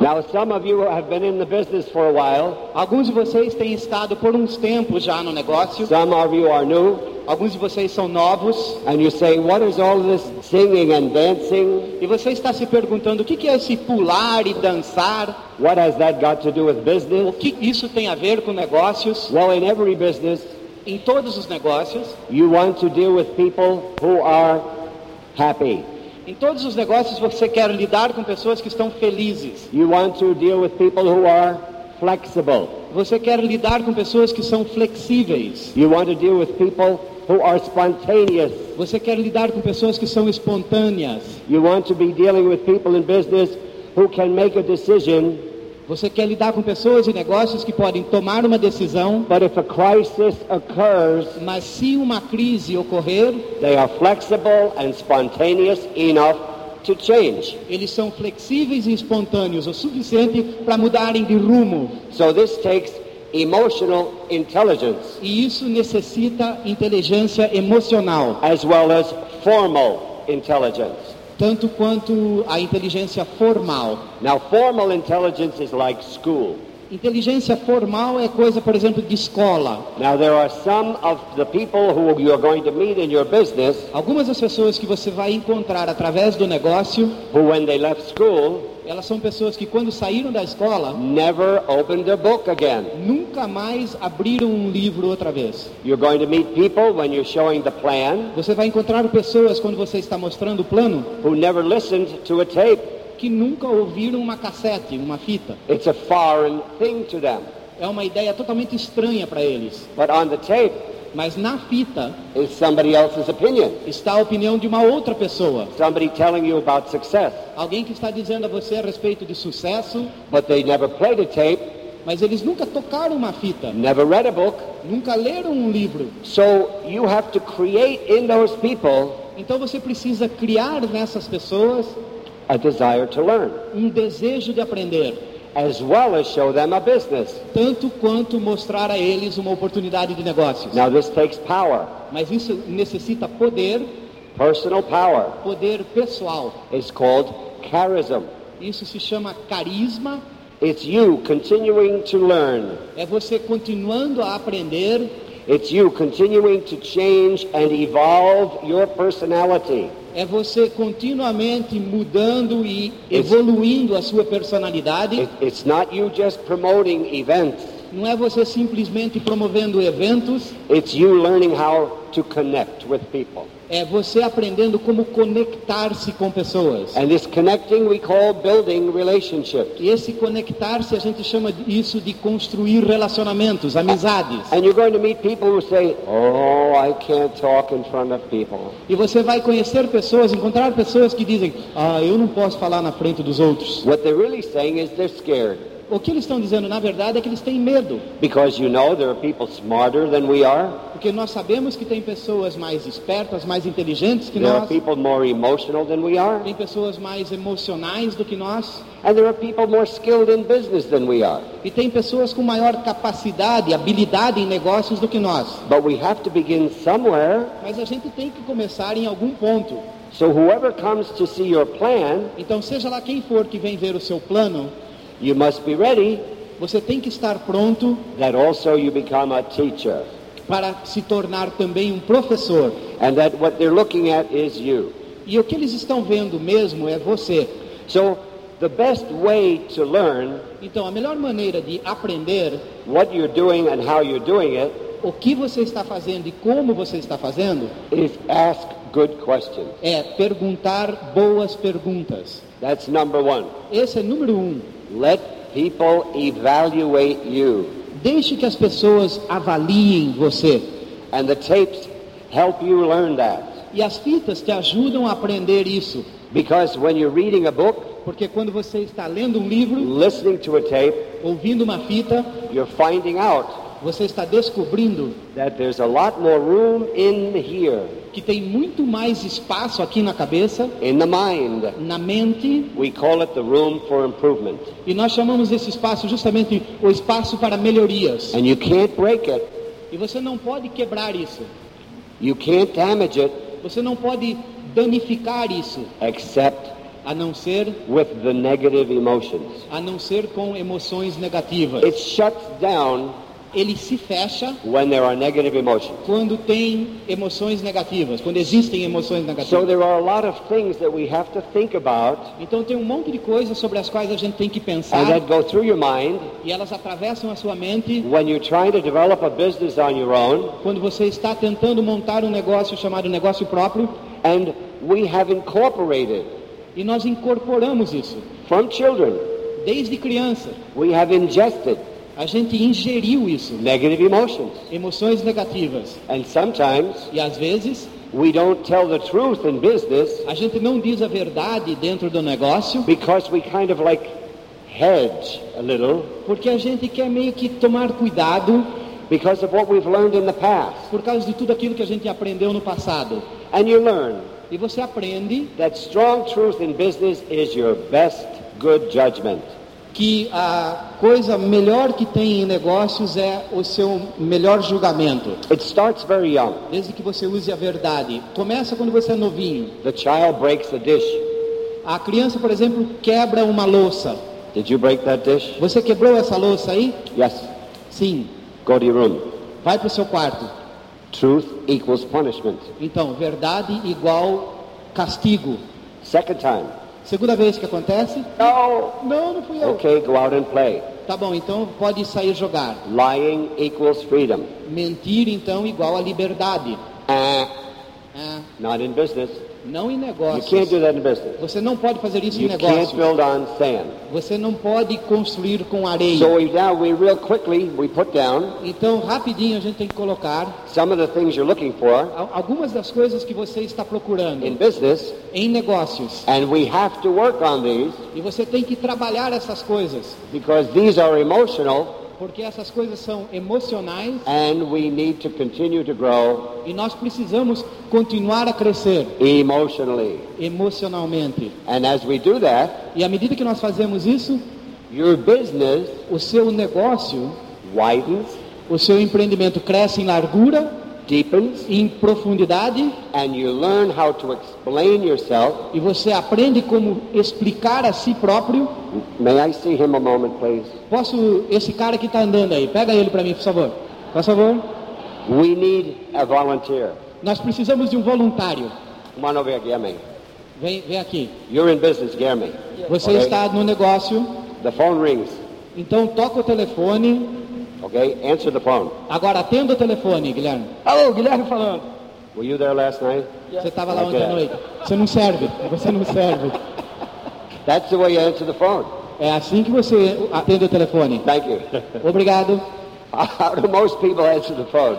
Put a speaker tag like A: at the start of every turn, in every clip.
A: Now, some of you have been in the business for a while.
B: Alguns de vocês têm estado por uns tempos já no negócio.
A: Some of you are new,
B: Alguns de vocês são novos
A: and you say, What is all this singing and dancing?
B: e você está se perguntando o que que é esse pular e dançar?
A: What has that got to do with
B: O
A: business?
B: que isso tem a ver com negócios?
A: Well, in every business,
B: Em todos os negócios,
A: you want to deal with people who are happy.
B: em todos os negócios você quer lidar com pessoas que estão felizes.
A: You want to deal with people who are flexible.
B: Você quer lidar com pessoas que são flexíveis.
A: You want to deal with people who are spontaneous.
B: Você quer lidar com pessoas que são espontâneas.
A: You want to be dealing with people in business who can make a decision,
B: Você quer lidar com pessoas e negócios que podem tomar uma decisão,
A: but if a crisis occurs,
B: mas se uma crise ocorrer,
A: They are flexible and spontaneous enough to change.
B: eles são flexíveis e espontâneos o suficiente para mudarem de rumo.
A: So this takes emotional intelligence
B: E isso necessita inteligência emocional,
A: as well as formal intelligence.
B: tanto quanto a inteligência formal.
A: Now, formal intelligence is like school.
B: Inteligência formal é coisa, por exemplo, de escola.
A: Now, there are some of the people who you're going to meet in your business
B: Algumas das pessoas que você vai encontrar através do negócio,
A: who, when they left school,
B: elas são pessoas que quando saíram da escola,
A: never opened a book again.
B: nunca mais abriram um livro outra vez.
A: You're going to meet people when you're showing the plan
B: Você vai encontrar pessoas quando você está mostrando o plano
A: who never listened to a tape.
B: que nunca ouviram uma cassete, uma fita.
A: It's a foreign thing to them.
B: É uma ideia totalmente estranha para eles.
A: But on the tape,
B: Mas na fita
A: is somebody else's opinion.
B: está a opinião de uma outra pessoa.
A: Somebody telling you about success,
B: Alguém que está dizendo a você a respeito de sucesso,
A: but they never played a tape,
B: mas eles nunca tocaram uma fita,
A: never read a book.
B: nunca leram um livro.
A: So you have to create in those people
B: Então você precisa criar nessas pessoas
A: a desire to learn,
B: um desejo de aprender,
A: as well as show them a business.
B: tanto quanto mostrar a eles uma oportunidade de negócios.
A: Now this takes power.
B: Mas isso necessita poder,
A: Personal power
B: poder pessoal.
A: is called charism.
B: Isso se chama carisma.
A: It's you continuing to learn.
B: É você continuando a aprender,
A: It's you continuing to change and evolve your personality.
B: é você continuamente mudando e evoluindo a sua
A: It,
B: personalidade.
A: it's not you just promoting events.
B: Não é você simplesmente promovendo eventos,
A: It's you learning how to connect with people.
B: é você aprendendo como conectar-se com pessoas.
A: And this connecting we call building relationships.
B: E esse conectar-se, a gente chama isso de construir relacionamentos, amizades.
A: And you're going to meet people who say, Oh, I can't talk in front of people.
B: E você vai conhecer pessoas, encontrar pessoas que dizem: Ah, eu não posso falar na frente dos outros.
A: What they're really saying is they're scared
B: O que eles estão dizendo, na verdade, é que eles têm medo.
A: because you know there are people smarter than we are.
B: Porque nós sabemos que tem pessoas mais espertas, mais inteligentes que
A: There are
B: nós,
A: people more emotional than we are.
B: tem pessoas mais emocionais do que nós,
A: And there are people more skilled in business than we are.
B: e tem pessoas com maior capacidade, habilidade em negócios do que nós.
A: But we have to begin somewhere.
B: Mas a gente tem que começar em algum ponto.
A: So whoever comes to see your plan,
B: Então, seja lá quem for que vem ver o seu plano,
A: you must be ready
B: você tem que estar pronto
A: that also you become a teacher.
B: para se tornar também um professor.
A: and that what they're looking at is you.
B: E o que eles estão vendo mesmo é você.
A: So the best way to learn
B: Então, a melhor maneira de aprender
A: what you're doing and how you're doing it
B: o que você está fazendo e como você está fazendo
A: is ask good questions.
B: é perguntar boas perguntas.
A: That's number one.
B: Esse é número um.
A: Let people evaluate you.
B: Deixe que as pessoas avaliem você.
A: And the tapes help you learn that.
B: E as fitas te ajudam a aprender isso.
A: Because when you're reading a book,
B: Porque quando você está lendo um livro,
A: listening to a tape,
B: ouvindo uma fita,
A: you're finding out
B: você está descobrindo
A: that there's a lot more room in here,
B: que tem muito mais espaço aqui na cabeça,
A: in the mind.
B: na mente,
A: We call it the room for improvement.
B: e nós chamamos esse espaço justamente o espaço para melhorias.
A: And you can't break it.
B: E você não pode quebrar isso.
A: You can't damage it
B: Você não pode danificar isso,
A: except
B: a não ser
A: with the negative emotions.
B: a não ser com emoções negativas.
A: It shuts down
B: Ele se fecha
A: when there are negative emotions.
B: quando tem emoções negativas, quando existem emoções
A: So
B: negativas.
A: there are a lot of things that we have to think about
B: Então tem um monte de coisas sobre as quais a gente tem que
A: and
B: pensar
A: that go through your mind
B: e elas atravessam a sua mente
A: when you're trying to develop a business on your own.
B: quando você está tentando montar um negócio chamado negócio próprio
A: And we have incorporated
B: e nós incorporamos isso
A: from children,
B: desde criança.
A: we have ingested
B: A gente ingeriu isso,
A: negative emotions.
B: emoções negativas.
A: And sometimes
B: E às vezes
A: we don't tell the truth in business
B: a gente não diz a verdade dentro do negócio
A: because we kind of like hedge a little
B: porque a gente quer meio que tomar cuidado
A: because of what we've learned in the past.
B: por causa de tudo aquilo que a gente aprendeu no passado.
A: And you learn
B: E você aprende
A: that strong truth in business is your best good judgment.
B: que a coisa melhor que tem em negócios é o seu melhor julgamento,
A: It starts very young.
B: desde que você use a verdade. Começa quando você é novinho.
A: The child breaks a dish.
B: A criança, por exemplo, quebra uma louça.
A: Did you break that dish?
B: Você quebrou essa louça aí?
A: Yes.
B: Sim.
A: Go to your room.
B: Vai para o seu quarto.
A: Truth equals punishment.
B: Então, verdade igual castigo.
A: Second time.
B: Segunda vez que acontece?
A: No.
B: Não, não fui eu.
A: Okay, go out and play.
B: Tá bom, então pode sair jogar.
A: Lying equals freedom.
B: Mentir, então, igual a liberdade.
A: Ah,
B: Ah,
A: not in business.
B: não em
A: You can't do
B: negócios.
A: that in business.
B: Você não pode fazer isso em
A: You can't
B: negócio.
A: build on sand.
B: Você não pode construir com areia.
A: So we now we real quickly we put down
B: Então, rapidinho, a gente tem que colocar
A: some of the things you're looking for
B: al- algumas das coisas que você está
A: in
B: procurando
A: business,
B: em negócios.
A: and we have to work on these
B: E você tem que trabalhar essas coisas,
A: because these are emotional,
B: porque essas coisas são emocionais
A: and we need to continue to grow
B: e nós precisamos continuar a crescer
A: emotionally.
B: emocionalmente.
A: And as we do that,
B: E à medida que nós fazemos isso,
A: your business
B: o seu negócio,
A: widens,
B: o seu empreendimento cresce em largura,
A: deepens,
B: em profundidade
A: and you learn how to explain yourself.
B: e você aprende como explicar a si próprio.
A: May I see him a moment, please?
B: Posso esse cara que está andando aí, pega ele para mim, por favor. Por favor.
A: We need a volunteer.
B: Nós precisamos de um voluntário.
A: Come on over here, Guillermo.
B: Vem, vem aqui.
A: You're in business, Guillermo.
B: Você
A: Okay?
B: está no negócio,
A: The phone rings.
B: então toca o telefone.
A: Okay, answer the phone.
B: Agora atenda o telefone, Guilherme.
C: Alô, Guilherme falando.
A: Were you there last night?
B: Você estava lá
A: Ok.
B: ontem à noite. Você não serve. Você não serve.
A: That's the way you answer the phone.
B: É assim que você atende o telefone.
A: Thank you.
B: Obrigado.
A: How do most people answer the phone?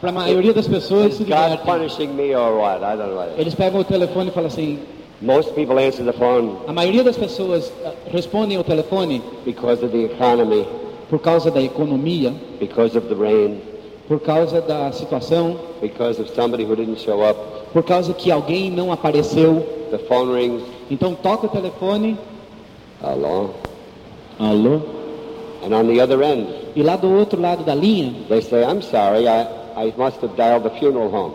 B: Para a maioria das pessoas
A: Is
B: se
A: God
B: divertem.
A: punishing me or what? I don't know. What it is.
B: Eles pegam o telefone e falam assim.
A: Most people answer the phone
B: A maioria das pessoas ah, respondem ao telefone
A: because of the economy,
B: por causa da economia,
A: because of the rain,
B: por causa da situação,
A: because of somebody who didn't show up.
B: por causa que alguém não apareceu.
A: The phone rings.
B: Então toca o telefone.
A: Hello.
B: Alô?
A: And on the other end,
B: E lá do outro lado da linha,
A: they say, I'm sorry, I, I must have dialed the funeral home.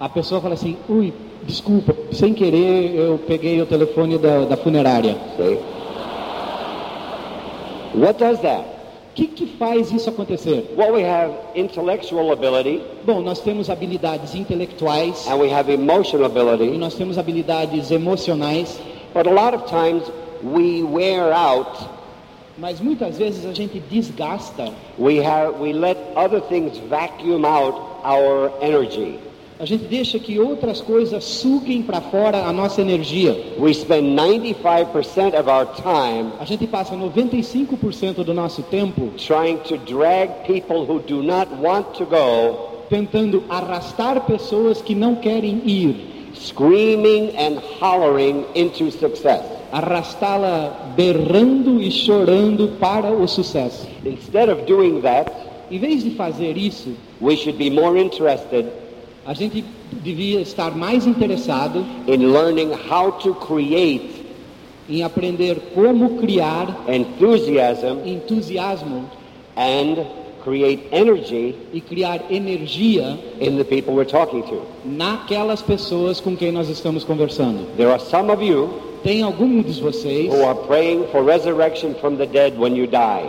B: a pessoa fala assim: ui, desculpa, sem querer eu peguei o telefone da, da funerária.
A: See? What does that?
B: O que, que faz isso acontecer?
A: Well, we have intellectual ability
B: Bom, nós temos habilidades intelectuais
A: and we have emotional ability.
B: e nós temos habilidades emocionais,
A: But a lot of times we wear out.
B: mas muitas vezes a gente desgasta
A: We have we let other things vacuum out our energy.
B: A gente deixa que outras coisas suguem para fora a nossa energia.
A: We spend 95% of our time
B: A gente passa 95% do nosso tempo
A: trying to drag people who do not want to go,
B: tentando arrastar pessoas que não querem ir,
A: screaming and hollering into success.
B: arrastá-la berrando e chorando para o sucesso.
A: Instead of doing that,
B: Em vez de fazer isso,
A: we should be more interested
B: a gente devia estar mais interessado
A: in learning how to create
B: em aprender como criar
A: enthusiasm
B: entusiasmo
A: and create energy
B: e criar energia
A: in the people we're talking to.
B: naquelas pessoas com quem nós estamos conversando.
A: There are some of you
B: Tem algum de vocês
A: who are praying for resurrection from the dead when you die.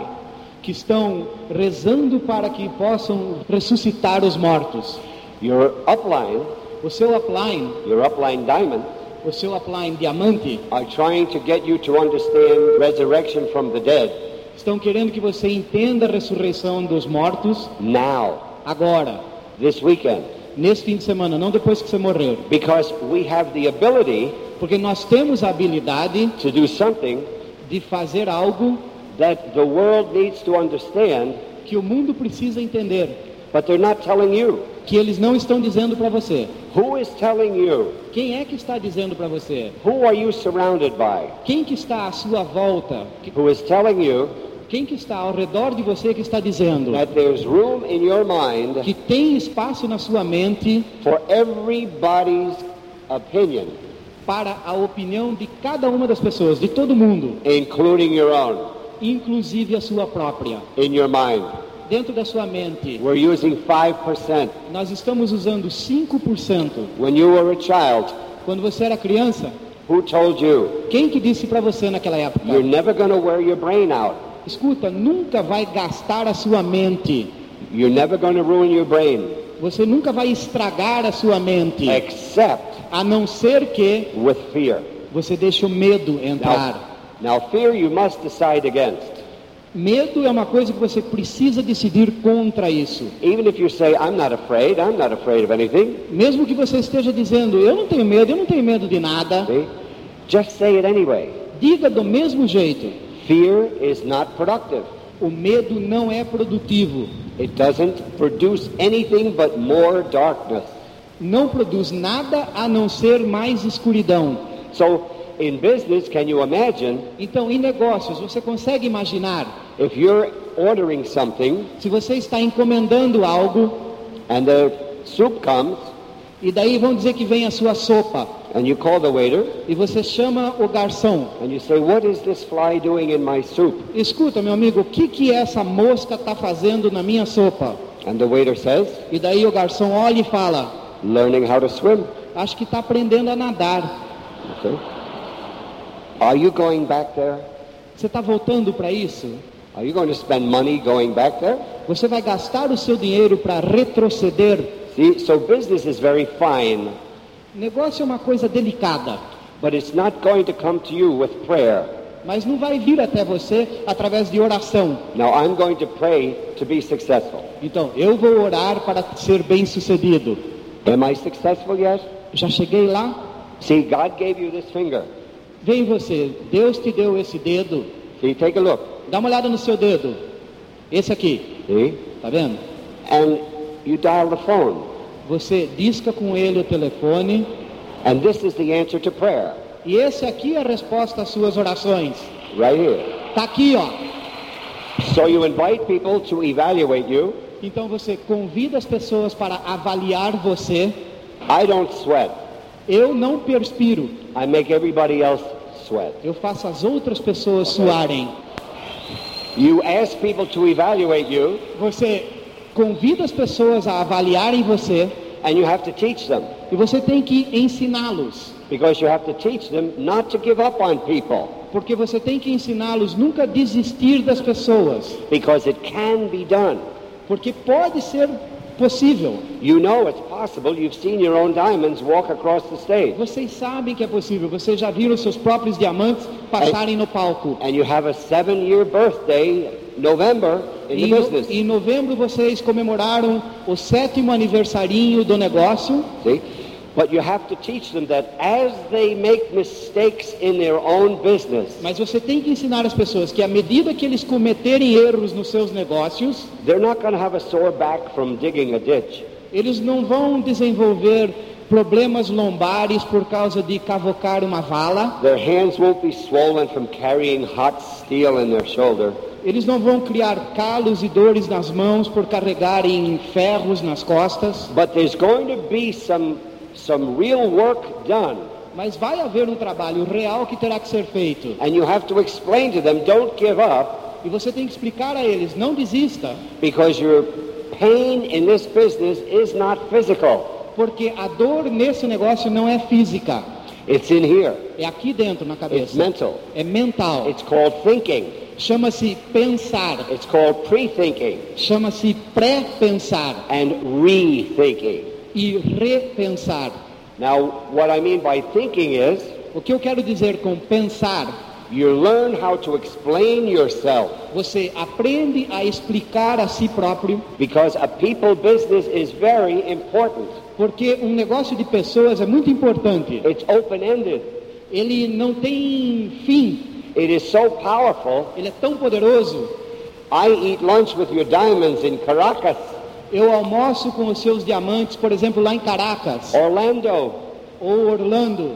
B: que estão rezando para que possam ressuscitar os mortos.
A: Your upline,
B: O seu upline,
A: your upline diamond,
B: o seu upline diamante,
A: are trying to get you to understand resurrection from the dead
B: estão querendo que você entenda a ressurreição dos mortos
A: now,
B: agora,
A: this weekend,
B: nesse fim de semana, não depois que você morrer.
A: because we have the ability
B: Porque nós temos a habilidade
A: to do something
B: de fazer algo
A: that the world needs to understand,
B: que o mundo precisa entender,
A: but they're not telling you.
B: que eles não estão dizendo para você.
A: Who is telling you?
B: Quem é que está dizendo para você?
A: Who are you surrounded by?
B: Quem que está à sua volta? Que-
A: Who is telling you
B: Quem que está ao redor de você que está dizendo
A: that there's room in your mind
B: que tem espaço na sua mente
A: for everybody's opinion,
B: para a opinião de cada uma das pessoas, de todo mundo,
A: including your own,
B: inclusive a sua própria,
A: in your mind?
B: dentro da sua mente.
A: We're using 5%.
B: Nós estamos usando 5%.
A: When you were a child,
B: Quando você era criança,
A: who told you
B: quem que disse para você naquela época?
A: you're never going to wear your brain out?
B: Escuta, nunca vai gastar a sua mente.
A: You're never going to ruin your brain,
B: Você nunca vai estragar a sua mente,
A: É. except
B: a não ser que
A: with fear.
B: você deixe o medo entrar.
A: Now, now fear you must decide against.
B: Medo é uma coisa que você precisa decidir contra isso.
A: Even if you say, I'm not afraid, I'm not afraid of anything,
B: Mesmo que você esteja dizendo, eu não tenho medo, eu não tenho medo de nada,
A: see? Just say it anyway.
B: diga do mesmo jeito.
A: Fear is not productive.
B: O medo não é produtivo,
A: It doesn't produce anything but more darkness.
B: não produz nada a não ser mais escuridão.
A: So in business, can you imagine
B: Então, em negócios, você consegue imaginar
A: if you're ordering something
B: se você está encomendando algo
A: and the soup comes
B: e daí vão dizer que vem a sua sopa
A: and you call the waiter
B: e você chama o garçom.
A: and you say, what is this fly doing in my soup?
B: Escuta, meu amigo, o que que essa mosca está fazendo na minha sopa?
A: And the waiter says,
B: E daí o garçom olha e fala:
A: learning how to swim.
B: Acho que está aprendendo a nadar.
A: Okay. Are you going back there?
B: Você está voltando para isso?
A: Are you going to spend money going back there?
B: Você vai gastar o seu dinheiro para retroceder.
A: See, so business is very fine,
B: Negócio é uma coisa delicada,
A: but it's not going to come to you with prayer.
B: mas não vai vir até você através de oração.
A: Now I'm going to pray to be successful.
B: Então, eu vou orar para ser bem-sucedido.
A: Am I successful yet?
B: Já cheguei lá?
A: See, God gave you this finger.
B: Vem você. Deus te deu esse dedo.
A: See, take a look.
B: Dá uma olhada no seu dedo. Esse aqui,
A: See?
B: tá vendo?
A: And you dial the phone.
B: Você disca com ele o telefone
A: And this is the answer to prayer.
B: e esse aqui é a resposta às suas orações.
A: Right here.
B: Tá aqui, ó.
A: So you invite people to evaluate you.
B: Então você convida as pessoas para avaliar você.
A: I don't sweat.
B: Eu não perspiro,
A: I make everybody else sweat.
B: eu faço as outras pessoas suarem.
A: You ask people to evaluate you
B: Você convida as pessoas a avaliarem você
A: and you have to teach them
B: e você tem que ensiná-los,
A: because you have to teach them not to give up on people
B: porque você tem que ensiná-los nunca desistir das pessoas,
A: because it can be done.
B: porque pode ser possível.
A: You know it's possible. You've seen your own diamonds walk across the stage.
B: Vocês sabem que é possível, vocês já viram seus próprios diamantes passarem no palco.
A: And you have a seven-year birthday, November, in
B: Em,
A: the
B: no-
A: business.
B: em novembro vocês comemoraram o sétimo aniversarinho do negócio.
A: See? But you have to teach them that as they make mistakes in their own business,
B: Mas você tem que ensinar as pessoas que à medida que eles cometerem erros nos seus negócios,
A: they're not going to have a sore back from digging a ditch.
B: eles não vão desenvolver problemas lombares por causa de cavocar uma vala,
A: Their hands won't be swollen from carrying hot steel in their shoulder.
B: eles não vão criar calos e dores nas mãos por carregarem ferros nas costas,
A: But there's going to be some some real work done,
B: mas vai haver um trabalho real que terá que ser feito.
A: and you have to explain to them, don't give up,
B: E você tem que explicar a eles, não desista,
A: because your pain in this business is not physical.
B: porque a dor nesse negócio não é física.
A: It's in here.
B: É aqui dentro na
A: It's
B: cabeça.
A: mental.
B: É mental.
A: It's called thinking.
B: Chama-se pensar.
A: It's called pre-thinking
B: Chama-se pré-pensar
A: and rethinking.
B: e repensar.
A: Now, what I mean by thinking is
B: O que eu quero dizer com pensar?
A: you learn how to explain yourself
B: Você aprende a explicar a si próprio,
A: because a people business is very important.
B: porque um negócio de pessoas é muito importante.
A: It's open-ended.
B: Ele não tem fim.
A: It is so powerful.
B: Ele é tão poderoso.
A: I eat lunch with your diamonds in Caracas,
B: Eu almoço com os seus diamantes, por exemplo, lá em Caracas
A: Orlando,
B: ou Orlando,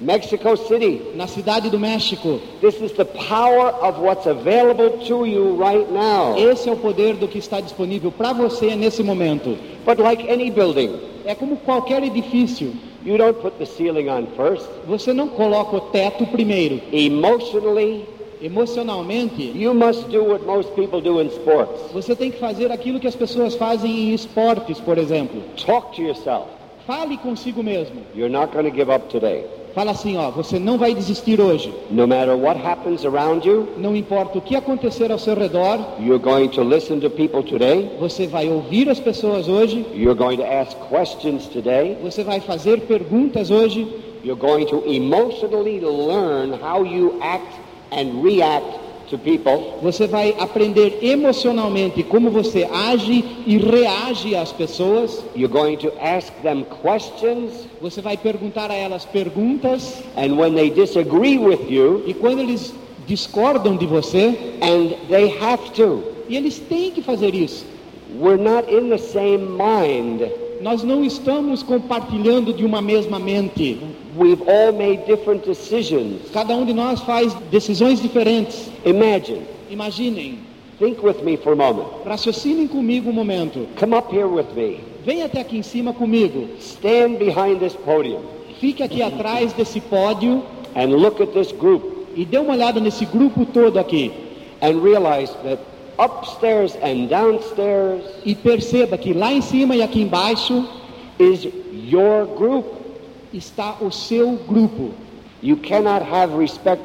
A: Mexico City.
B: na cidade do México.
A: This is the power of what's available to you right now.
B: Esse é o poder do que está disponível para você nesse momento.
A: But like any building,
B: É como qualquer edifício.
A: you don't put the ceiling on first.
B: Você não coloca o teto primeiro.
A: Emotionally,
B: Emocionalmente,
A: you must do what most people do in sports.
B: você tem que fazer aquilo que as pessoas fazem em esportes, por exemplo.
A: Talk to yourself.
B: Fale consigo mesmo.
A: You're not going to give up today.
B: Fala assim, ó, você não vai desistir hoje.
A: No matter what happens around you,
B: Não importa o que acontecer ao seu redor,
A: you're going to listen to people today.
B: você vai ouvir as pessoas hoje,
A: You're going to ask questions today.
B: você vai fazer perguntas hoje,
A: You're going to emotionally learn how you act and react to people.
B: você vai aprender emocionalmente como você age e reage às pessoas,
A: You're going to ask them questions.
B: você vai perguntar a elas perguntas
A: And when they disagree with you,
B: e quando eles discordam de você,
A: and they have to,
B: e eles têm que fazer isso.
A: we're not in the same mind.
B: Nós não estamos compartilhando de uma mesma mente.
A: We've all made different decisions.
B: Cada um de nós faz decisões diferentes.
A: Imagine,
B: Imaginem,
A: think with me for a moment.
B: raciocinem comigo um momento.
A: Come up here with me.
B: Vem até aqui em cima comigo.
A: Stand behind this podium
B: Fique aqui atrás desse pódio
A: and look at this group
B: e dê uma olhada nesse grupo todo aqui.
A: and realize that upstairs and downstairs
B: E perceba que lá em cima e aqui embaixo
A: is your group.
B: está o seu grupo.
A: You cannot have respect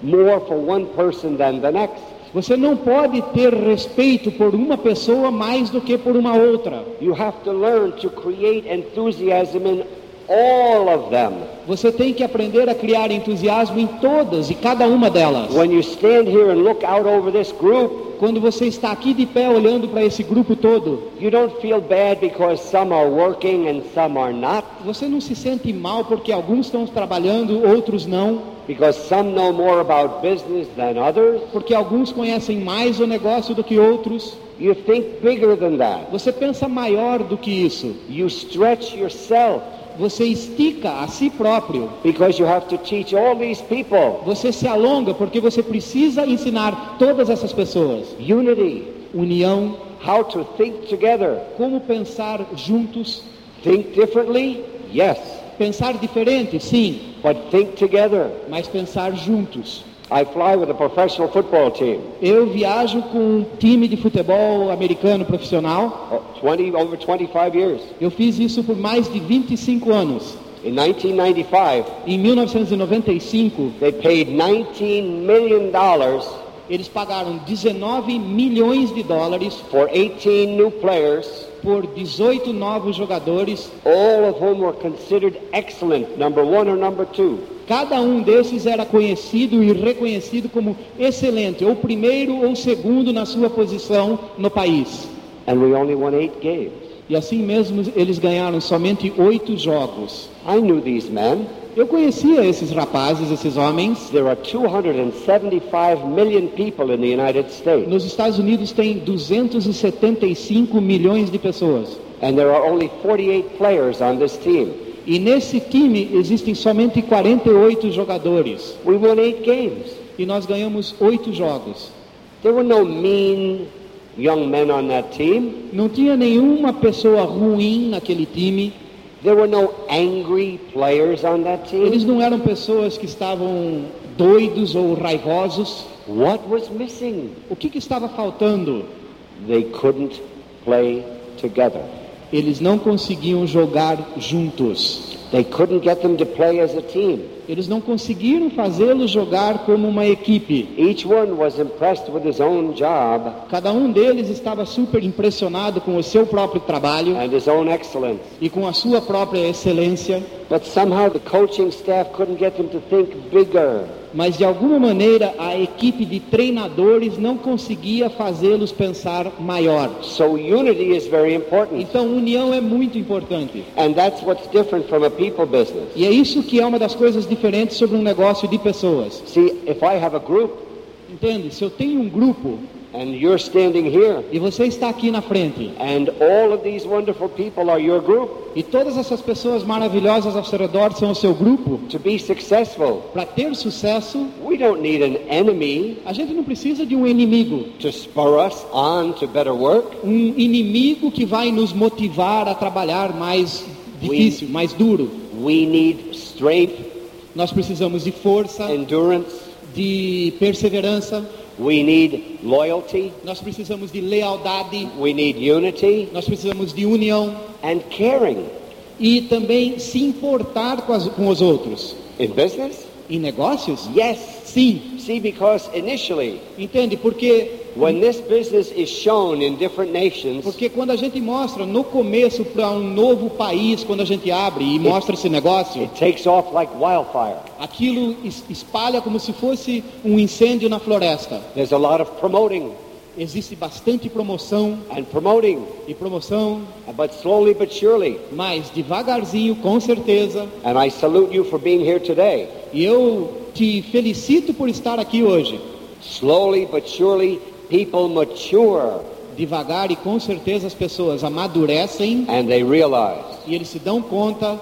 A: more for one person than the next.
B: Você não pode ter respeito por uma pessoa mais do que por uma outra.
A: You have to learn to create enthusiasm in all of them.
B: Você tem que aprender a criar entusiasmo em todas e cada uma delas.
A: When you stand here and look out over this group,
B: Quando você está aqui de pé olhando para esse grupo todo,
A: you don't feel bad because some are working and some are not,
B: você não se sente mal porque alguns estão trabalhando, outros não,
A: because some know more about business than others.
B: porque alguns conhecem mais o negócio do que outros.
A: You think bigger than that.
B: Você pensa maior do que isso.
A: You stretch yourself
B: Você estica a si próprio.
A: because you have to teach all these people
B: Você se alonga porque você precisa ensinar todas essas pessoas
A: unity,
B: união,
A: how to think together.
B: como pensar juntos,
A: Think differently? Yes,
B: pensar diferente, sim,
A: but think together.
B: mas pensar juntos.
A: I fly with a professional football team,
B: Eu viajo com um time de futebol americano profissional.
A: uh, 20 over 25 years.
B: Eu fiz isso por mais de 25 anos.
A: In 1995,
B: Em 1995,
A: They paid $19 million
B: eles pagaram 19 milhões de dólares
A: for 18 new players,
B: por 18 novos jogadores.
A: all of whom were considered excellent, number one or number two.
B: Cada um desses era conhecido e reconhecido como excelente, ou primeiro ou segundo na sua posição no país.
A: And we only won eight games.
B: E assim mesmo eles ganharam somente oito jogos.
A: I knew these men.
B: Eu conhecia esses rapazes, esses homens.
A: There are 275 million people in the United States,
B: Nos Estados Unidos tem 275 milhões de pessoas.
A: and there are only 48 players on this team.
B: E nesse time existem somente 48 jogadores.
A: We won eight games.
B: E nós ganhamos oito jogos.
A: There were no mean young men on that team.
B: Não tinha nenhuma pessoa ruim naquele time.
A: There were no angry players on that
B: Eles
A: team.
B: não eram pessoas que estavam doidos ou raivosos.
A: What was missing?
B: O que, que estava faltando?
A: They couldn't play together.
B: Eles não conseguiam jogar juntos.
A: They couldn't get them to play as a team.
B: Eles não conseguiram fazê-lo jogar como uma equipe.
A: Each one was impressed with his own job
B: Cada um deles estava super impressionado com o seu próprio trabalho
A: and his own excellence.
B: e com a sua própria excelência,
A: But somehow the coaching staff couldn't get them to think bigger.
B: mas de alguma maneira a equipe de treinadores não conseguia fazê-los pensar maior.
A: So unity is very important.
B: Então, união é muito importante.
A: And that's what's different from a people business.
B: E é isso que é uma das coisas diferentes sobre um negócio de pessoas.
A: See, if I have a group
B: Entende? Se eu tenho um grupo
A: and you're standing here
B: e você está aqui na frente
A: and all of these wonderful people are your group,
B: e todas essas pessoas maravilhosas ao seu redor são o seu grupo,
A: to be successful,
B: para ter sucesso,
A: we don't need an enemy
B: a gente não precisa de um inimigo.
A: to spur us on to better work.
B: Um inimigo que vai nos motivar a trabalhar mais difícil, mais duro.
A: We need strength,
B: Nós precisamos de força,
A: endurance.
B: de perseverança,
A: We need loyalty.
B: nós precisamos de lealdade,
A: We need unity
B: nós precisamos de união
A: and caring.
B: e também se importar com, as- com os outros.
A: In business?
B: Em negócios?
A: Yes.
B: Sim,
A: See, because initially,
B: entende? Porque
A: when this business is shown in different nations,
B: Porque quando a gente mostra no começo para um novo país, quando a gente abre e mostra esse negócio,
A: it takes off like wildfire.
B: aquilo es- espalha como se fosse um incêndio na floresta.
A: There's a lot of promoting
B: Existe bastante promoção
A: and promoting,
B: e promoção,
A: but slowly but surely.
B: mas devagarzinho, com certeza.
A: And I salute you for being here today.
B: E eu te felicito por estar aqui hoje.
A: Slowly but surely, people mature
B: Devagar e com certeza as pessoas amadurecem
A: and they realize
B: e eles se dão conta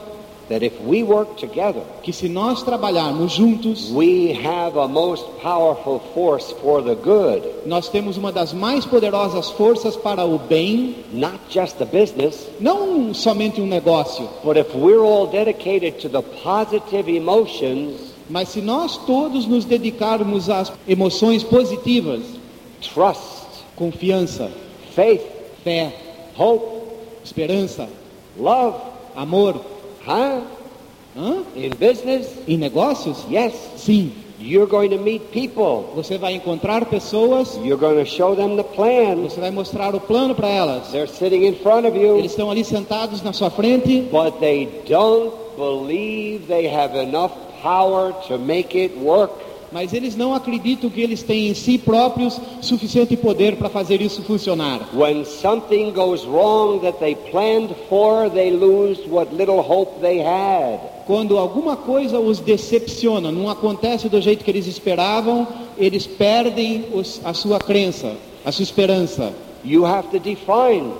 A: that if we work together,
B: que se nós trabalharmos juntos,
A: We have a most powerful force for the good,
B: nós temos uma das mais poderosas forças para o bem
A: not just the business,
B: não somente um negócio,
A: but if we're all dedicated to the positive emotions,
B: mas se nós todos nos dedicarmos às emoções positivas,
A: trust,
B: confiança,
A: faith,
B: fé,
A: hope,
B: esperança,
A: love,
B: amor,
A: huh?
B: hã?
A: In business,
B: em negócios,
A: yes,
B: sim,
A: you're going to meet people.
B: você vai encontrar pessoas,
A: You're going to show them the plan.
B: você vai mostrar o plano para elas.
A: They're sitting in front of
B: Eles
A: you,
B: estão ali sentados na sua frente,
A: but they don't believe they have enough power to make it work.
B: mas eles não acreditam que eles têm em si próprios suficiente poder para fazer isso funcionar.
A: When something goes wrong that they planned for, they lose what little hope they had.
B: Quando alguma coisa os decepciona, não acontece do jeito que eles esperavam, eles perdem os- a sua crença, a sua esperança.
A: You have to define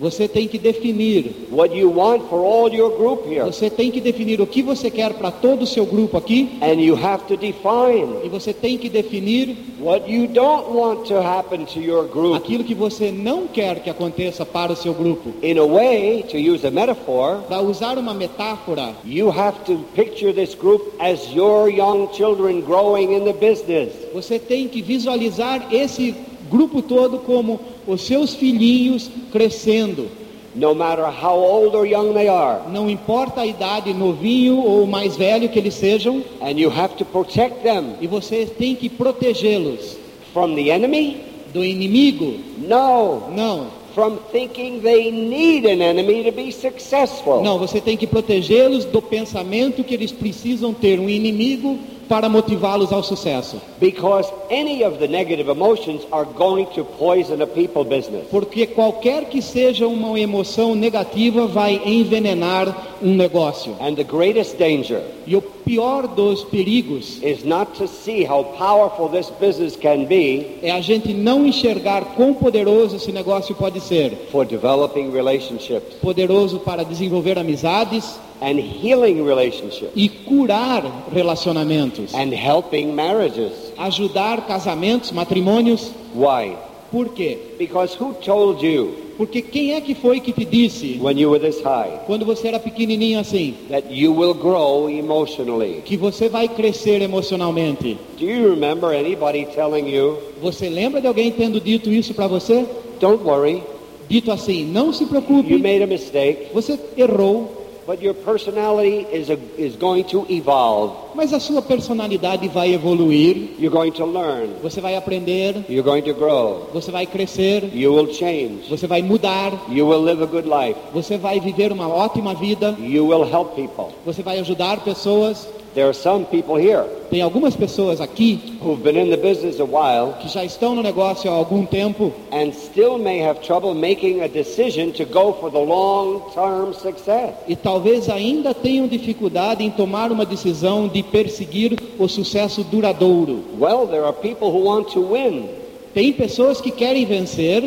B: Você tem que definir,
A: what you want for all your group here.
B: você tem que definir o que você quer para todo o seu grupo aqui,
A: And you have to define
B: e você tem que definir
A: what you don't want to happen to your group.
B: aquilo que você não quer que aconteça para o seu grupo.
A: In a way, to use a metaphor,
B: Para usar uma metáfora,
A: you have to picture this group as your young children growing in the business.
B: você tem que visualizar esse grupo todo como os seus filhinhos crescendo.
A: No matter how old or young they are.
B: Não importa a idade, novinho ou mais velho que eles sejam,
A: And you have to protect them
B: e você tem que protegê-los
A: from the enemy?
B: do inimigo.
A: No.
B: Não,
A: from thinking they need an enemy to be successful.
B: não, você tem que protegê-los do pensamento que eles precisam ter um inimigo para motivá-los ao sucesso.
A: Because any of the negative emotions are going to poison a people business.
B: Porque qualquer que seja uma emoção negativa vai envenenar um negócio.
A: And the greatest danger
B: E o pior dos perigos
A: is not to see how powerful this business can be
B: é a gente não enxergar quão poderoso esse negócio pode ser.
A: for developing relationships
B: Poderoso para desenvolver amizades,
A: and healing relationships
B: e curar relacionamentos,
A: and helping marriages.
B: ajudar casamentos, matrimônios.
A: Why?
B: Por quê?
A: Because who told you
B: Porque quem é que foi que te disse
A: when you were this high
B: quando você era pequenininho assim
A: that you will grow emotionally?
B: que você vai crescer emocionalmente?
A: Do you remember anybody telling you,
B: Você lembra de alguém tendo dito isso para você?
A: don't worry,
B: Dito assim, não se
A: you
B: preocupe,
A: made a mistake?
B: você errou,
A: but your personality is, a, is going to evolve.
B: Mas a sua personalidade vai evoluir,
A: You're going to learn.
B: você vai aprender,
A: You're going to grow.
B: você vai crescer,
A: You will change.
B: você vai mudar,
A: You will live a good life.
B: você vai viver uma ótima vida,
A: You will help people.
B: você vai ajudar pessoas.
A: There are some people here
B: Tem algumas pessoas aqui
A: who've been in the business a while
B: que já estão no negócio há algum tempo
A: and still may have trouble making a decision to go for the long-term success.
B: e talvez ainda tenham dificuldade em tomar uma decisão de perseguir o sucesso duradouro.
A: Well, there are people who want to win,
B: Tem pessoas que querem vencer,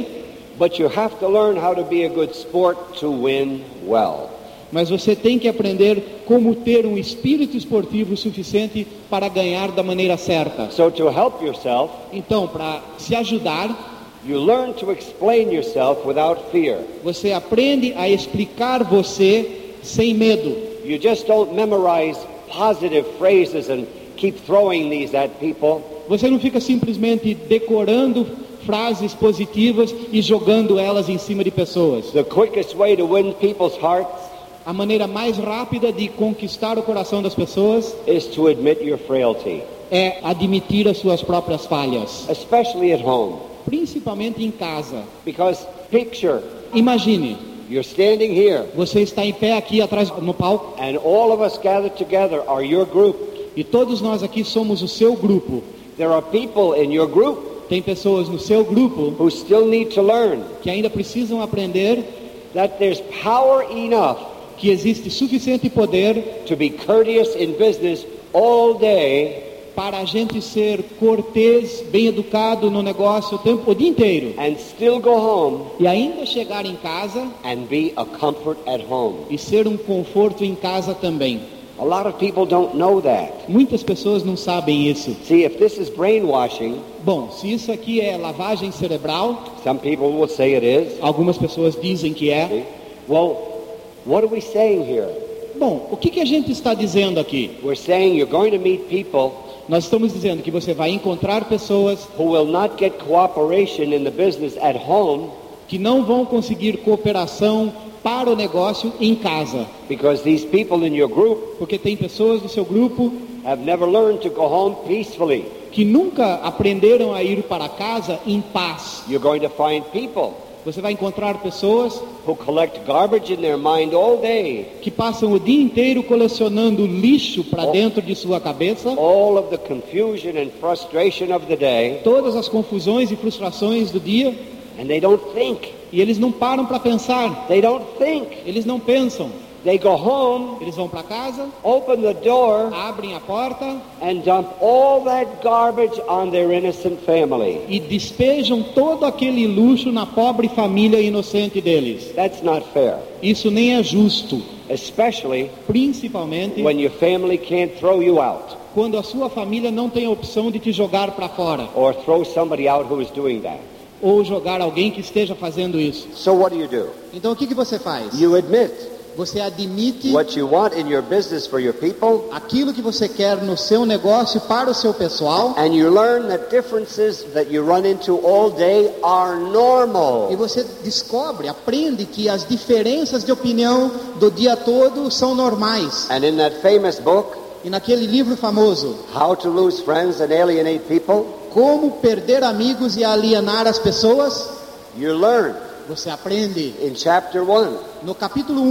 A: but you have to learn how to be a good sport to win well.
B: mas você tem que aprender como ter um espírito esportivo suficiente para ganhar da maneira certa.
A: So to help yourself,
B: Então, para se ajudar,
A: you learn to explain yourself without fear.
B: você aprende a explicar você sem medo.
A: You just don't memorize positive phrases and keep throwing these at people.
B: Você não fica simplesmente decorando frases positivas e jogando elas em cima de pessoas.
A: The quickest way to win people's hearts
B: A maneira mais rápida de conquistar o coração das pessoas
A: is to admit your frailty,
B: é admitir as suas próprias falhas,
A: especially at home.
B: principalmente em casa.
A: Because picture,
B: Imagine,
A: you're standing here,
B: você está em pé aqui atrás no palco
A: and all of us gathered together are your group.
B: e todos nós aqui somos o seu grupo.
A: There are people in your group
B: Tem pessoas no seu grupo
A: who still need to learn
B: que ainda precisam aprender
A: that there's power enough
B: que existe suficiente poder
A: to be courteous in business all day
B: para a gente ser cortês, bem educado no negócio o tempo o dia inteiro
A: and still go home
B: e ainda chegar em casa
A: and be a comfort at home.
B: e ser um conforto em casa também.
A: A lot of people don't know that.
B: Muitas pessoas não sabem isso.
A: See, if this is brainwashing,
B: Bom, se isso aqui é lavagem cerebral,
A: some people will say it is.
B: algumas pessoas dizem que é.
A: See? Well, what are we saying here?
B: Bom, o que, que a gente está dizendo aqui?
A: We're saying you're going to meet people
B: Nós estamos dizendo que você vai encontrar pessoas
A: who will not get cooperation in the business at home
B: que não vão conseguir cooperação para o negócio em casa,
A: because these people in your group
B: porque tem pessoas do seu grupo
A: have never learned to go home peacefully.
B: que nunca aprenderam a ir para casa em paz.
A: You're going to find people
B: Você vai encontrar pessoas
A: who collect garbage in their mind all day,
B: que passam o dia inteiro colecionando lixo para dentro de sua cabeça,
A: all of the confusion and frustration of the day,
B: todas as confusões e frustrações do dia,
A: and they don't think.
B: e eles não param para pensar.
A: They don't think.
B: Eles não pensam.
A: They go home,
B: Eles vão para casa,
A: open the door,
B: abrem a porta
A: and dump all that garbage on their innocent family.
B: e despejam todo aquele luxo na pobre família inocente deles.
A: That's not fair,
B: Isso nem é justo,
A: especially
B: principalmente
A: when your family can't throw you out
B: quando a sua família não tem a opção de te jogar para fora
A: or throw somebody out who is doing that.
B: ou jogar alguém que esteja fazendo isso.
A: So what do you do?
B: Então o que, que você faz?
A: You admit
B: Você admite
A: what you want in your business for your people
B: aquilo que você quer no seu negócio para o seu pessoal
A: and you learn that differences that you run into all day are
B: e
A: normal.
B: você descobre, aprende que as diferenças de opinião do dia todo são normais.
A: And in that famous book,
B: E naquele livro famoso,
A: How to Lose Friends and Alienate People,
B: Como Perder Amigos e Alienar as Pessoas,
A: you learn
B: você aprende
A: in chapter 1
B: no capítulo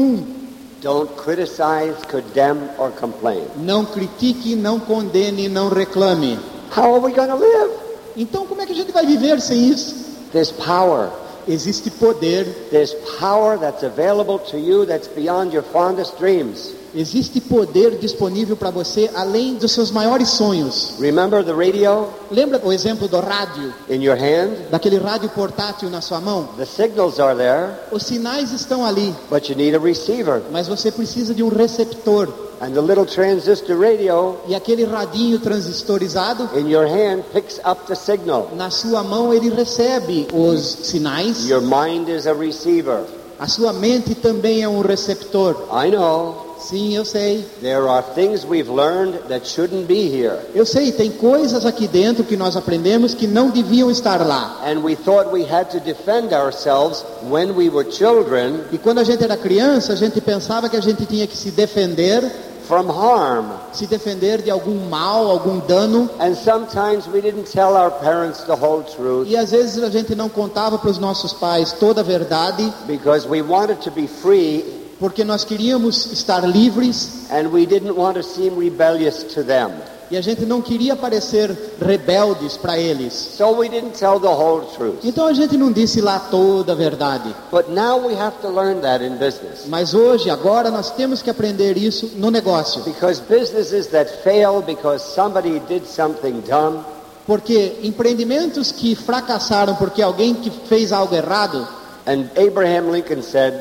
B: 1.
A: Don't criticize, condemn, or complain.
B: Não critique, não condene, não reclame.
A: How are we going to live?
B: Então como é que a gente vai viver sem isso?
A: There's power.
B: Existe poder,
A: There's power that's available to you that's beyond your fondest dreams.
B: existe poder disponível para você além dos seus maiores sonhos.
A: Remember the radio
B: Lembra o exemplo do rádio?
A: in your hand?
B: daquele rádio portátil na sua mão,
A: The signals are there,
B: os sinais estão ali,
A: but you need a receiver.
B: mas você precisa de um receptor.
A: And the little transistor radio
B: E aquele radinho transistorizado,
A: in your hand picks up the signal.
B: na sua mão ele recebe os sinais.
A: Your mind is a receiver.
B: A sua mente também é um receptor.
A: I know.
B: Sim, eu sei.
A: There are things we've learned that shouldn't be here.
B: Eu sei, tem coisas aqui dentro que nós aprendemos que não deviam estar lá.
A: And we thought we had to defend ourselves when we were children
B: E quando a gente era criança, a gente pensava que a gente tinha que se defender,
A: from harm.
B: se defender de algum mal, algum dano.
A: And sometimes we didn't tell our parents the whole truth
B: E às vezes a gente não contava para os nossos pais toda a verdade,
A: because we wanted to be free
B: porque nós queríamos estar livres
A: and we didn't want to seem rebellious to them.
B: e a gente não queria parecer rebeldes para eles.
A: So we didn't tell the whole truth.
B: Então a gente não disse lá toda a verdade.
A: But now we have to learn that in business.
B: Mas hoje, agora, nós temos que aprender isso no negócio.
A: Because businesses that fail because somebody did something dumb
B: Porque empreendimentos que fracassaram porque alguém que fez algo errado,
A: And Abraham Lincoln said,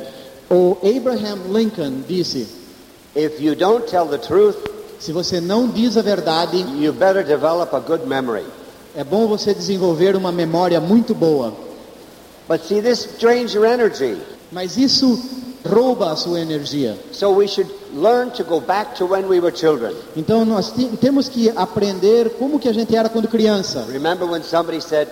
B: o Abraham Lincoln disse:
A: if you don't tell the truth,
B: se você não diz a verdade,
A: you better develop a good memory.
B: é bom você desenvolver uma memória muito boa.
A: But see, this drains your energy.
B: Mas isso rouba a sua energia.
A: So we should learn to go back to when we were children.
B: Então nós te- temos que aprender como que a gente era quando criança.
A: Remember when somebody said,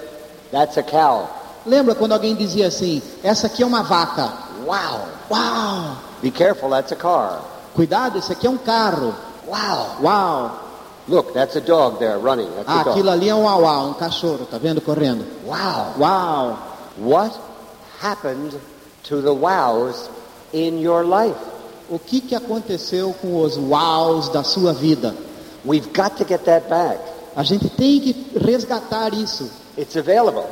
A: that's a cow.
B: Lembra quando alguém dizia assim: essa aqui é uma vaca.
A: Wow.
B: Uau!
A: Be careful, that's a car.
B: Cuidado, isso aqui é um carro.
A: Wow.
B: Uau!
A: Look, that's a dog there running. That's
B: Ah,
A: a dog.
B: aquilo ali é um uau, um cachorro, tá vendo correndo?
A: Wow.
B: Uau!
A: What happened to the wows in your life?
B: O que que aconteceu com os uaus da sua vida?
A: We've got to get that back.
B: A gente tem que resgatar isso.
A: It's available.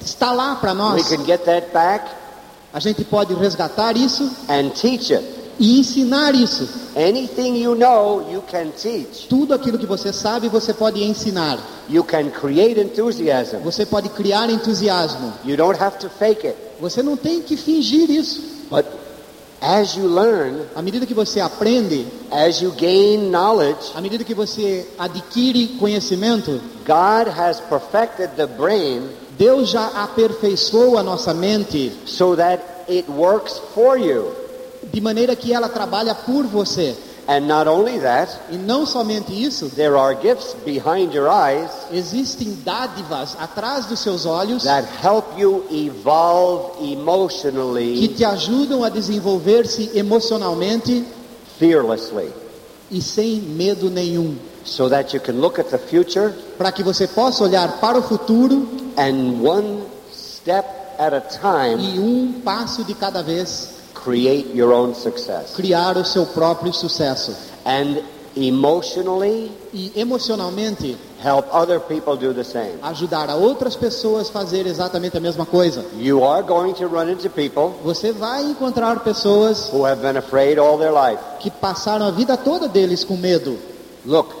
B: Está lá para nós.
A: We can get that back
B: A gente pode resgatar isso
A: and teach it.
B: e ensinar isso.
A: Anything you know, you can teach.
B: Tudo aquilo que você sabe, você pode ensinar.
A: You can create enthusiasm.
B: Você pode criar entusiasmo.
A: You don't have to fake it.
B: Você não tem que fingir isso.
A: But as you learn,
B: À medida que você aprende,
A: as you gain knowledge,
B: à medida que você adquire conhecimento,
A: God has perfected the brain
B: Deus já aperfeiçoou a nossa mente
A: so that it works for you.
B: de maneira que ela trabalha por você.
A: And not only that,
B: E não somente isso,
A: there are gifts behind your eyes
B: existem dádivas atrás dos seus olhos
A: that help you evolve
B: que
A: emotionally,
B: te ajudam a desenvolver-se emocionalmente
A: fearlessly,
B: e sem medo nenhum,
A: so that you can look at the future
B: para que você possa olhar para o futuro
A: and one step at a time
B: e um passo de cada vez
A: create your own success.
B: criar o seu próprio sucesso
A: And emotionally,
B: e emocionalmente
A: help other people do the same.
B: ajudar a outras pessoas a fazer exatamente a mesma coisa.
A: You are going to run into people
B: Você vai encontrar pessoas
A: who have been afraid all their life.
B: que passaram a vida toda deles com medo.
A: Look,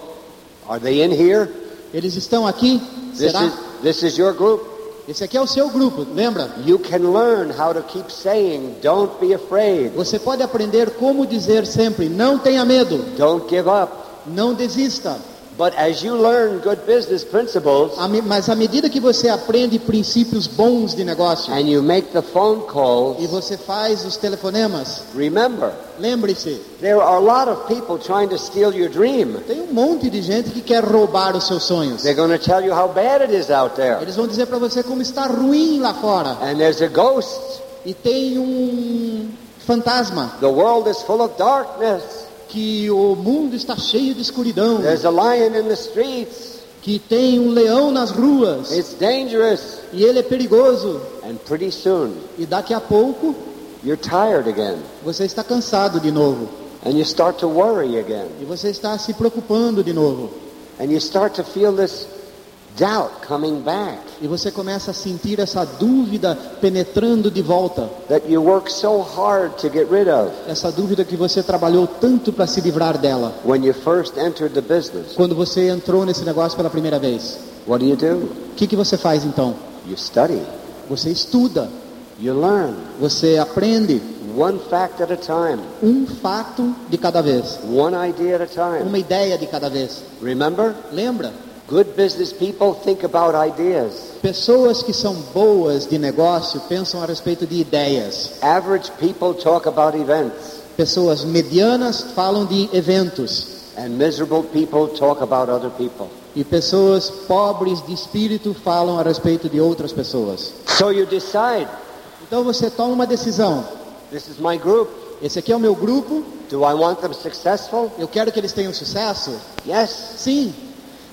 A: are they in here?
B: Eles estão aqui?
A: This
B: Será?
A: is, this is your group.
B: Esse aqui é o seu grupo, lembra?
A: You can learn how to keep saying, don't be afraid,
B: Você pode aprender como dizer sempre: não tenha medo,
A: don't give up.
B: não desista.
A: But as you learn good business principles
B: A me- Mas à medida que você aprende princípios bons de negócio
A: and you make the phone
B: e
A: calls,
B: você faz os telefonemas,
A: remember,
B: lembre-se,
A: there are a lot of people trying to steal your dream.
B: tem um monte de gente que quer roubar os seus sonhos.
A: They're going to tell you how bad it is out there.
B: Eles vão dizer para você como está ruim lá fora
A: And there's a ghost.
B: e tem um fantasma
A: The world is full of darkness.
B: que o mundo está cheio de escuridão,
A: There's a lion in the streets.
B: que tem um leão nas ruas
A: It's dangerous.
B: e ele é perigoso.
A: And pretty soon,
B: E daqui a pouco
A: you're tired again.
B: você está cansado de novo
A: And you start to worry again.
B: e você está se preocupando de novo
A: And you start to feel this doubt coming back
B: e você começa a sentir essa dúvida penetrando de volta,
A: that you work so hard to get rid of
B: essa dúvida que você trabalhou tanto para se livrar dela.
A: when you first entered the business.
B: Quando você entrou nesse negócio pela primeira vez,
A: What do you do?
B: o que, que você faz então?
A: You study.
B: Você estuda,
A: You learn.
B: você aprende
A: One fact at a time.
B: um fato de cada vez,
A: One idea at a time.
B: uma ideia de cada vez.
A: Remember?
B: Lembra?
A: Good business people think about ideas.
B: Pessoas que são boas de negócio pensam a respeito de ideias.
A: Average people talk about events.
B: Pessoas medianas falam de eventos
A: and miserable people talk about other people.
B: e pessoas pobres de espírito falam a respeito de outras pessoas.
A: So you decide,
B: Então você toma uma decisão.
A: this is my group.
B: Esse aqui é o meu grupo,
A: Do I want them successful?
B: eu quero que eles tenham sucesso?
A: Yes.
B: Sim,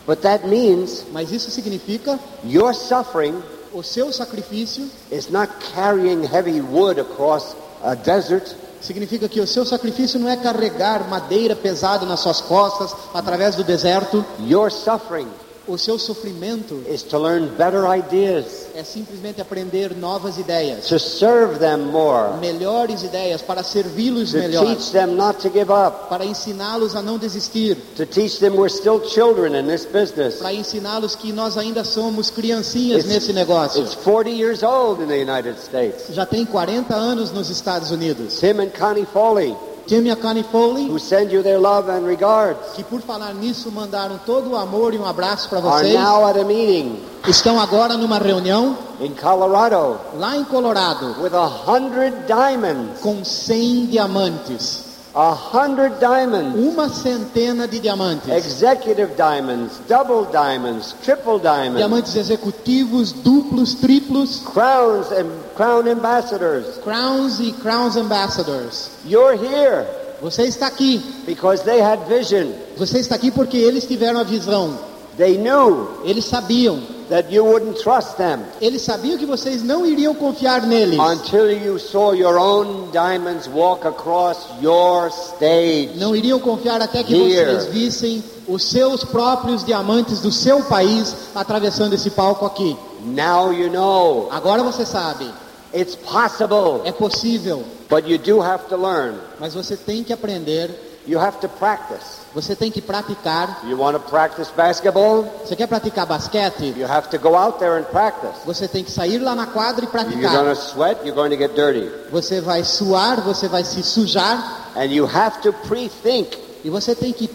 A: But that means
B: mas isso significa
A: your suffering
B: o seu sacrifício,
A: is not carrying heavy wood across a desert.
B: significa que o seu sacrifício não é carregar madeira pesada nas suas costas através do deserto.
A: Your suffering
B: O seu sofrimento
A: is to learn better ideas,
B: é simplesmente aprender novas ideias,
A: to serve them more,
B: melhores ideias para servi-los
A: to
B: melhor,
A: teach them not to give up,
B: para ensiná-los a não desistir,
A: to teach them we're still children in this business.
B: para ensiná-los que nós ainda somos criancinhas
A: It's,
B: nesse negócio.
A: it's 40 years old in the United States.
B: Já tem 40 anos nos Estados Unidos.
A: Tim and Connie Foley,
B: Tim e a Connie Foley,
A: who send you their love and regards,
B: que por falar nisso mandaram todo o amor e um abraço para
A: are
B: vocês,
A: now at a meeting
B: estão agora numa reunião
A: in Colorado
B: lá em Colorado
A: with a hundred diamonds.
B: com 100 diamantes,
A: A hundred diamonds.
B: uma centena de diamantes,
A: Executive diamonds, double diamonds, triple diamonds,
B: diamantes executivos, duplos, triplos,
A: crowns and crown ambassadors.
B: crowns e crowns ambassadors.
A: You're here
B: Você está aqui.
A: because they had vision.
B: Você está aqui porque eles tiveram a visão.
A: They knew
B: Eles sabiam.
A: that you wouldn't trust them
B: Eles sabiam que vocês não iriam confiar neles.
A: until you saw your own diamonds walk across your stage.
B: Não iriam confiar até que
A: Here.
B: vocês vissem os seus próprios diamantes do seu país atravessando esse palco aqui.
A: Now you know
B: Agora você sabe,
A: it's possible,
B: é possível,
A: but you do have to learn.
B: mas você tem que aprender,
A: You have to practice.
B: você tem que praticar.
A: You want to practice basketball?
B: Você quer praticar basquete?
A: You have to go out there and practice.
B: Você tem que sair lá na quadra e
A: You're going to
B: praticar.
A: sweat, you're going to get dirty.
B: Você vai suar, você vai se sujar
A: And you have to pre-think.
B: e você tem que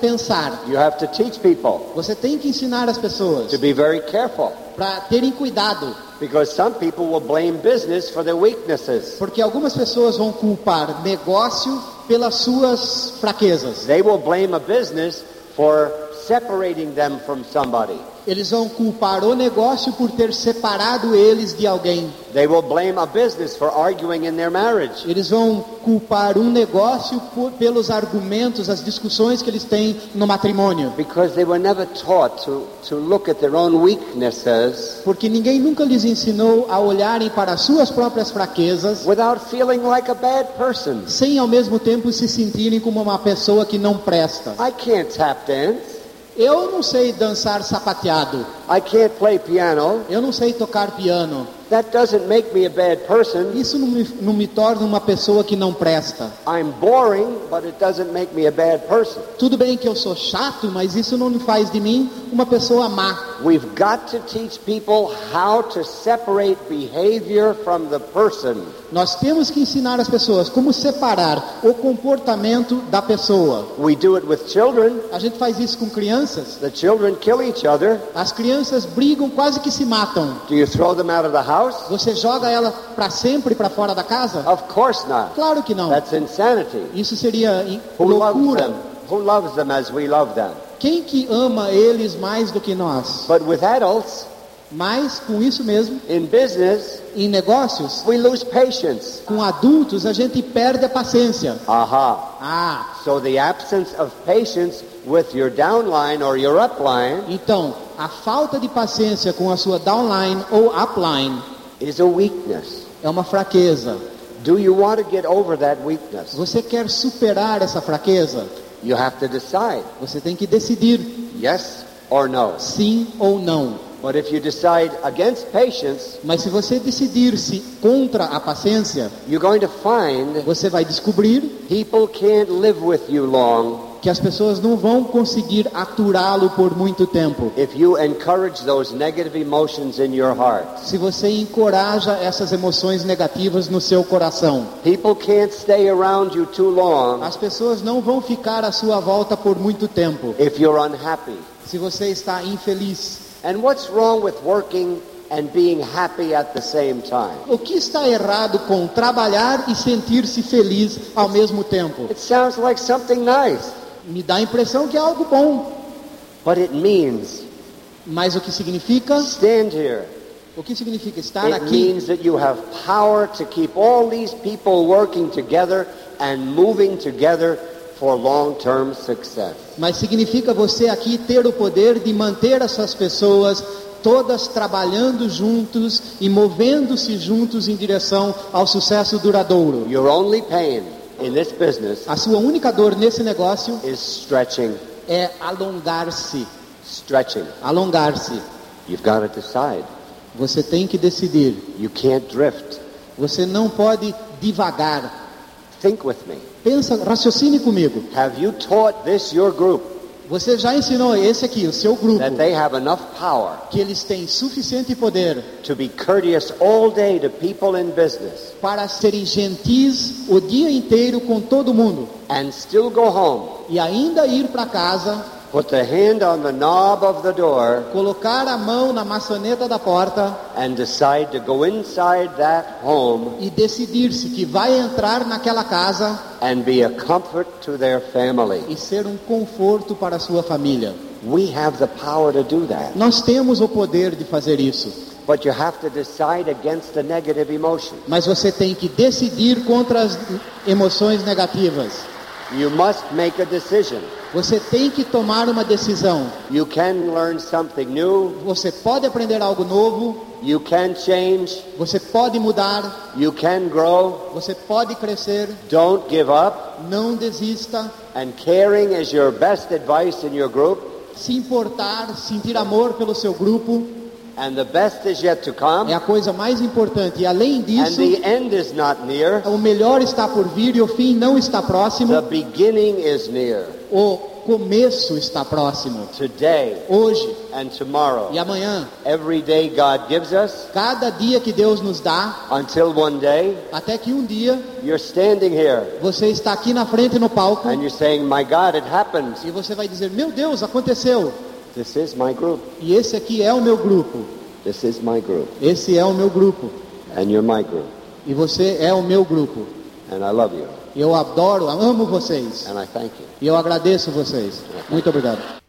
B: pré-pensar.
A: You have to teach people
B: Você tem que ensinar as pessoas
A: to be very careful
B: para terem cuidado,
A: because some people will blame business for their weaknesses.
B: porque algumas pessoas vão culpar negócio pelas suas fraquezas.
A: They will blame a business for separating them from somebody.
B: Eles vão culpar o negócio por ter separado eles de alguém.
A: They will blame a business for arguing in their marriage.
B: Eles vão culpar um negócio por- pelos argumentos, as discussões que eles têm no matrimônio.
A: Because they were never taught to, to look at their own weaknesses
B: Porque ninguém nunca lhes ensinou a olharem para as suas próprias fraquezas
A: without feeling like a bad person.
B: sem ao mesmo tempo se sentirem como uma pessoa que não presta.
A: I can't tap dance.
B: Eu não sei dançar sapateado,
A: I can't play piano.
B: eu não sei tocar piano.
A: That doesn't make me a bad person.
B: Isso não me, não me torna uma pessoa que não presta.
A: I'm boring, but it doesn't make me a bad person.
B: Tudo bem que eu sou chato, mas isso não me faz de mim uma pessoa má.
A: We've got to teach people how to separate behavior from the person.
B: Nós temos que ensinar as pessoas como separar o comportamento da pessoa.
A: We do it with children.
B: A gente faz isso com crianças.
A: The children kill each other.
B: As crianças brigam, quase que se matam.
A: Do you throw them out of the house?
B: Você joga ela para sempre para fora da casa?
A: Of course not.
B: Claro que não.
A: That's insanity.
B: Isso seria in-
A: Who loves them?
B: loucura.
A: Who loves them as we love them?
B: Quem que ama eles mais do que nós?
A: But with adults
B: Mas com isso mesmo,
A: in business,
B: em negócios,
A: we lose patience.
B: com adultos a gente perde a paciência.
A: Aha.
B: Ah,
A: So the absence of patience with your downline or your upline
B: então a falta de paciência com a sua downline ou upline
A: is a weakness.
B: é uma fraqueza.
A: Do you want to get over that weakness?
B: Você quer superar essa fraqueza?
A: You have to decide
B: Você tem que decidir
A: yes or no.
B: sim ou não.
A: But if you decide against patience,
B: Mas se você decidir-se contra a paciência,
A: you're going to find
B: você vai descobrir
A: people can't live with you long
B: que as pessoas não vão conseguir aturá-lo por muito tempo.
A: if you encourage those negative emotions in your heart.
B: Se você encoraja essas emoções negativas no seu coração,
A: People can't stay around you too long
B: as pessoas não vão ficar à sua volta por muito tempo.
A: if you're unhappy.
B: Se você está infeliz,
A: And what's wrong with working and being happy at the same time.
B: O que está errado com trabalhar e sentir-se feliz ao mesmo tempo?
A: It sounds like something nice,
B: Me dá a impressão que é algo bom,
A: but it means
B: mas o que significa?
A: stand here.
B: O que significa estar
A: It
B: aqui?
A: means that you have power to keep all these people working together and moving together for long-term success.
B: Mas significa você aqui ter o poder de manter essas pessoas todas trabalhando juntos e movendo-se juntos em direção ao sucesso duradouro.
A: Your only pain in this business
B: A sua única dor nesse negócio
A: is stretching,
B: é alongar-se,
A: stretching.
B: alongar-se.
A: You've got to decide.
B: Você tem que decidir.
A: You can't drift.
B: Você não pode divagar.
A: Think with me.
B: Pensa, raciocine comigo.
A: Have you taught this your group
B: Você já ensinou esse aqui, o seu grupo,
A: that they have enough power
B: que eles têm suficiente poder
A: to be courteous all day to people in business
B: para serem gentis o dia inteiro com todo mundo
A: and still go home,
B: e ainda ir para casa,
A: put the hand on the knob of the door
B: colocar a mão na maçaneta da porta
A: and decide to go inside that home
B: e decidir-se que vai entrar naquela casa
A: and be a comfort to their family.
B: e ser um conforto para a sua família.
A: We have the power to do that.
B: Nós temos o poder de fazer isso,
A: But you have to decide against the negative emotion.
B: mas você tem que decidir contra as emoções negativas.
A: You must make a decision.
B: Você tem que tomar uma decisão.
A: You can learn something new.
B: Você pode aprender algo novo,
A: You can change.
B: você pode mudar,
A: You can grow.
B: você pode crescer,
A: Don't give up.
B: não desista,
A: And caring is your best advice in your group.
B: se importar, sentir amor pelo seu grupo
A: And the best is yet to
B: é
A: come.
B: a coisa mais importante. E além
A: And
B: disso,
A: the end is not near.
B: o melhor está por vir e o fim não está próximo,
A: The beginning is near.
B: o começo está próximo.
A: Today
B: Hoje
A: and tomorrow.
B: e amanhã,
A: Every day God gives us
B: cada dia que Deus nos dá,
A: until one day
B: até que um dia
A: you're standing here
B: você está aqui na frente no palco
A: and you're saying, My God, it happened.
B: e você vai dizer: Meu Deus, aconteceu.
A: This is my group.
B: E esse aqui é o meu grupo.
A: This is my group.
B: Esse é o meu grupo.
A: And you're my group.
B: E você é o meu grupo.
A: And I love you.
B: Eu adoro, amo vocês.
A: And I thank you.
B: E eu agradeço vocês. Muito obrigado.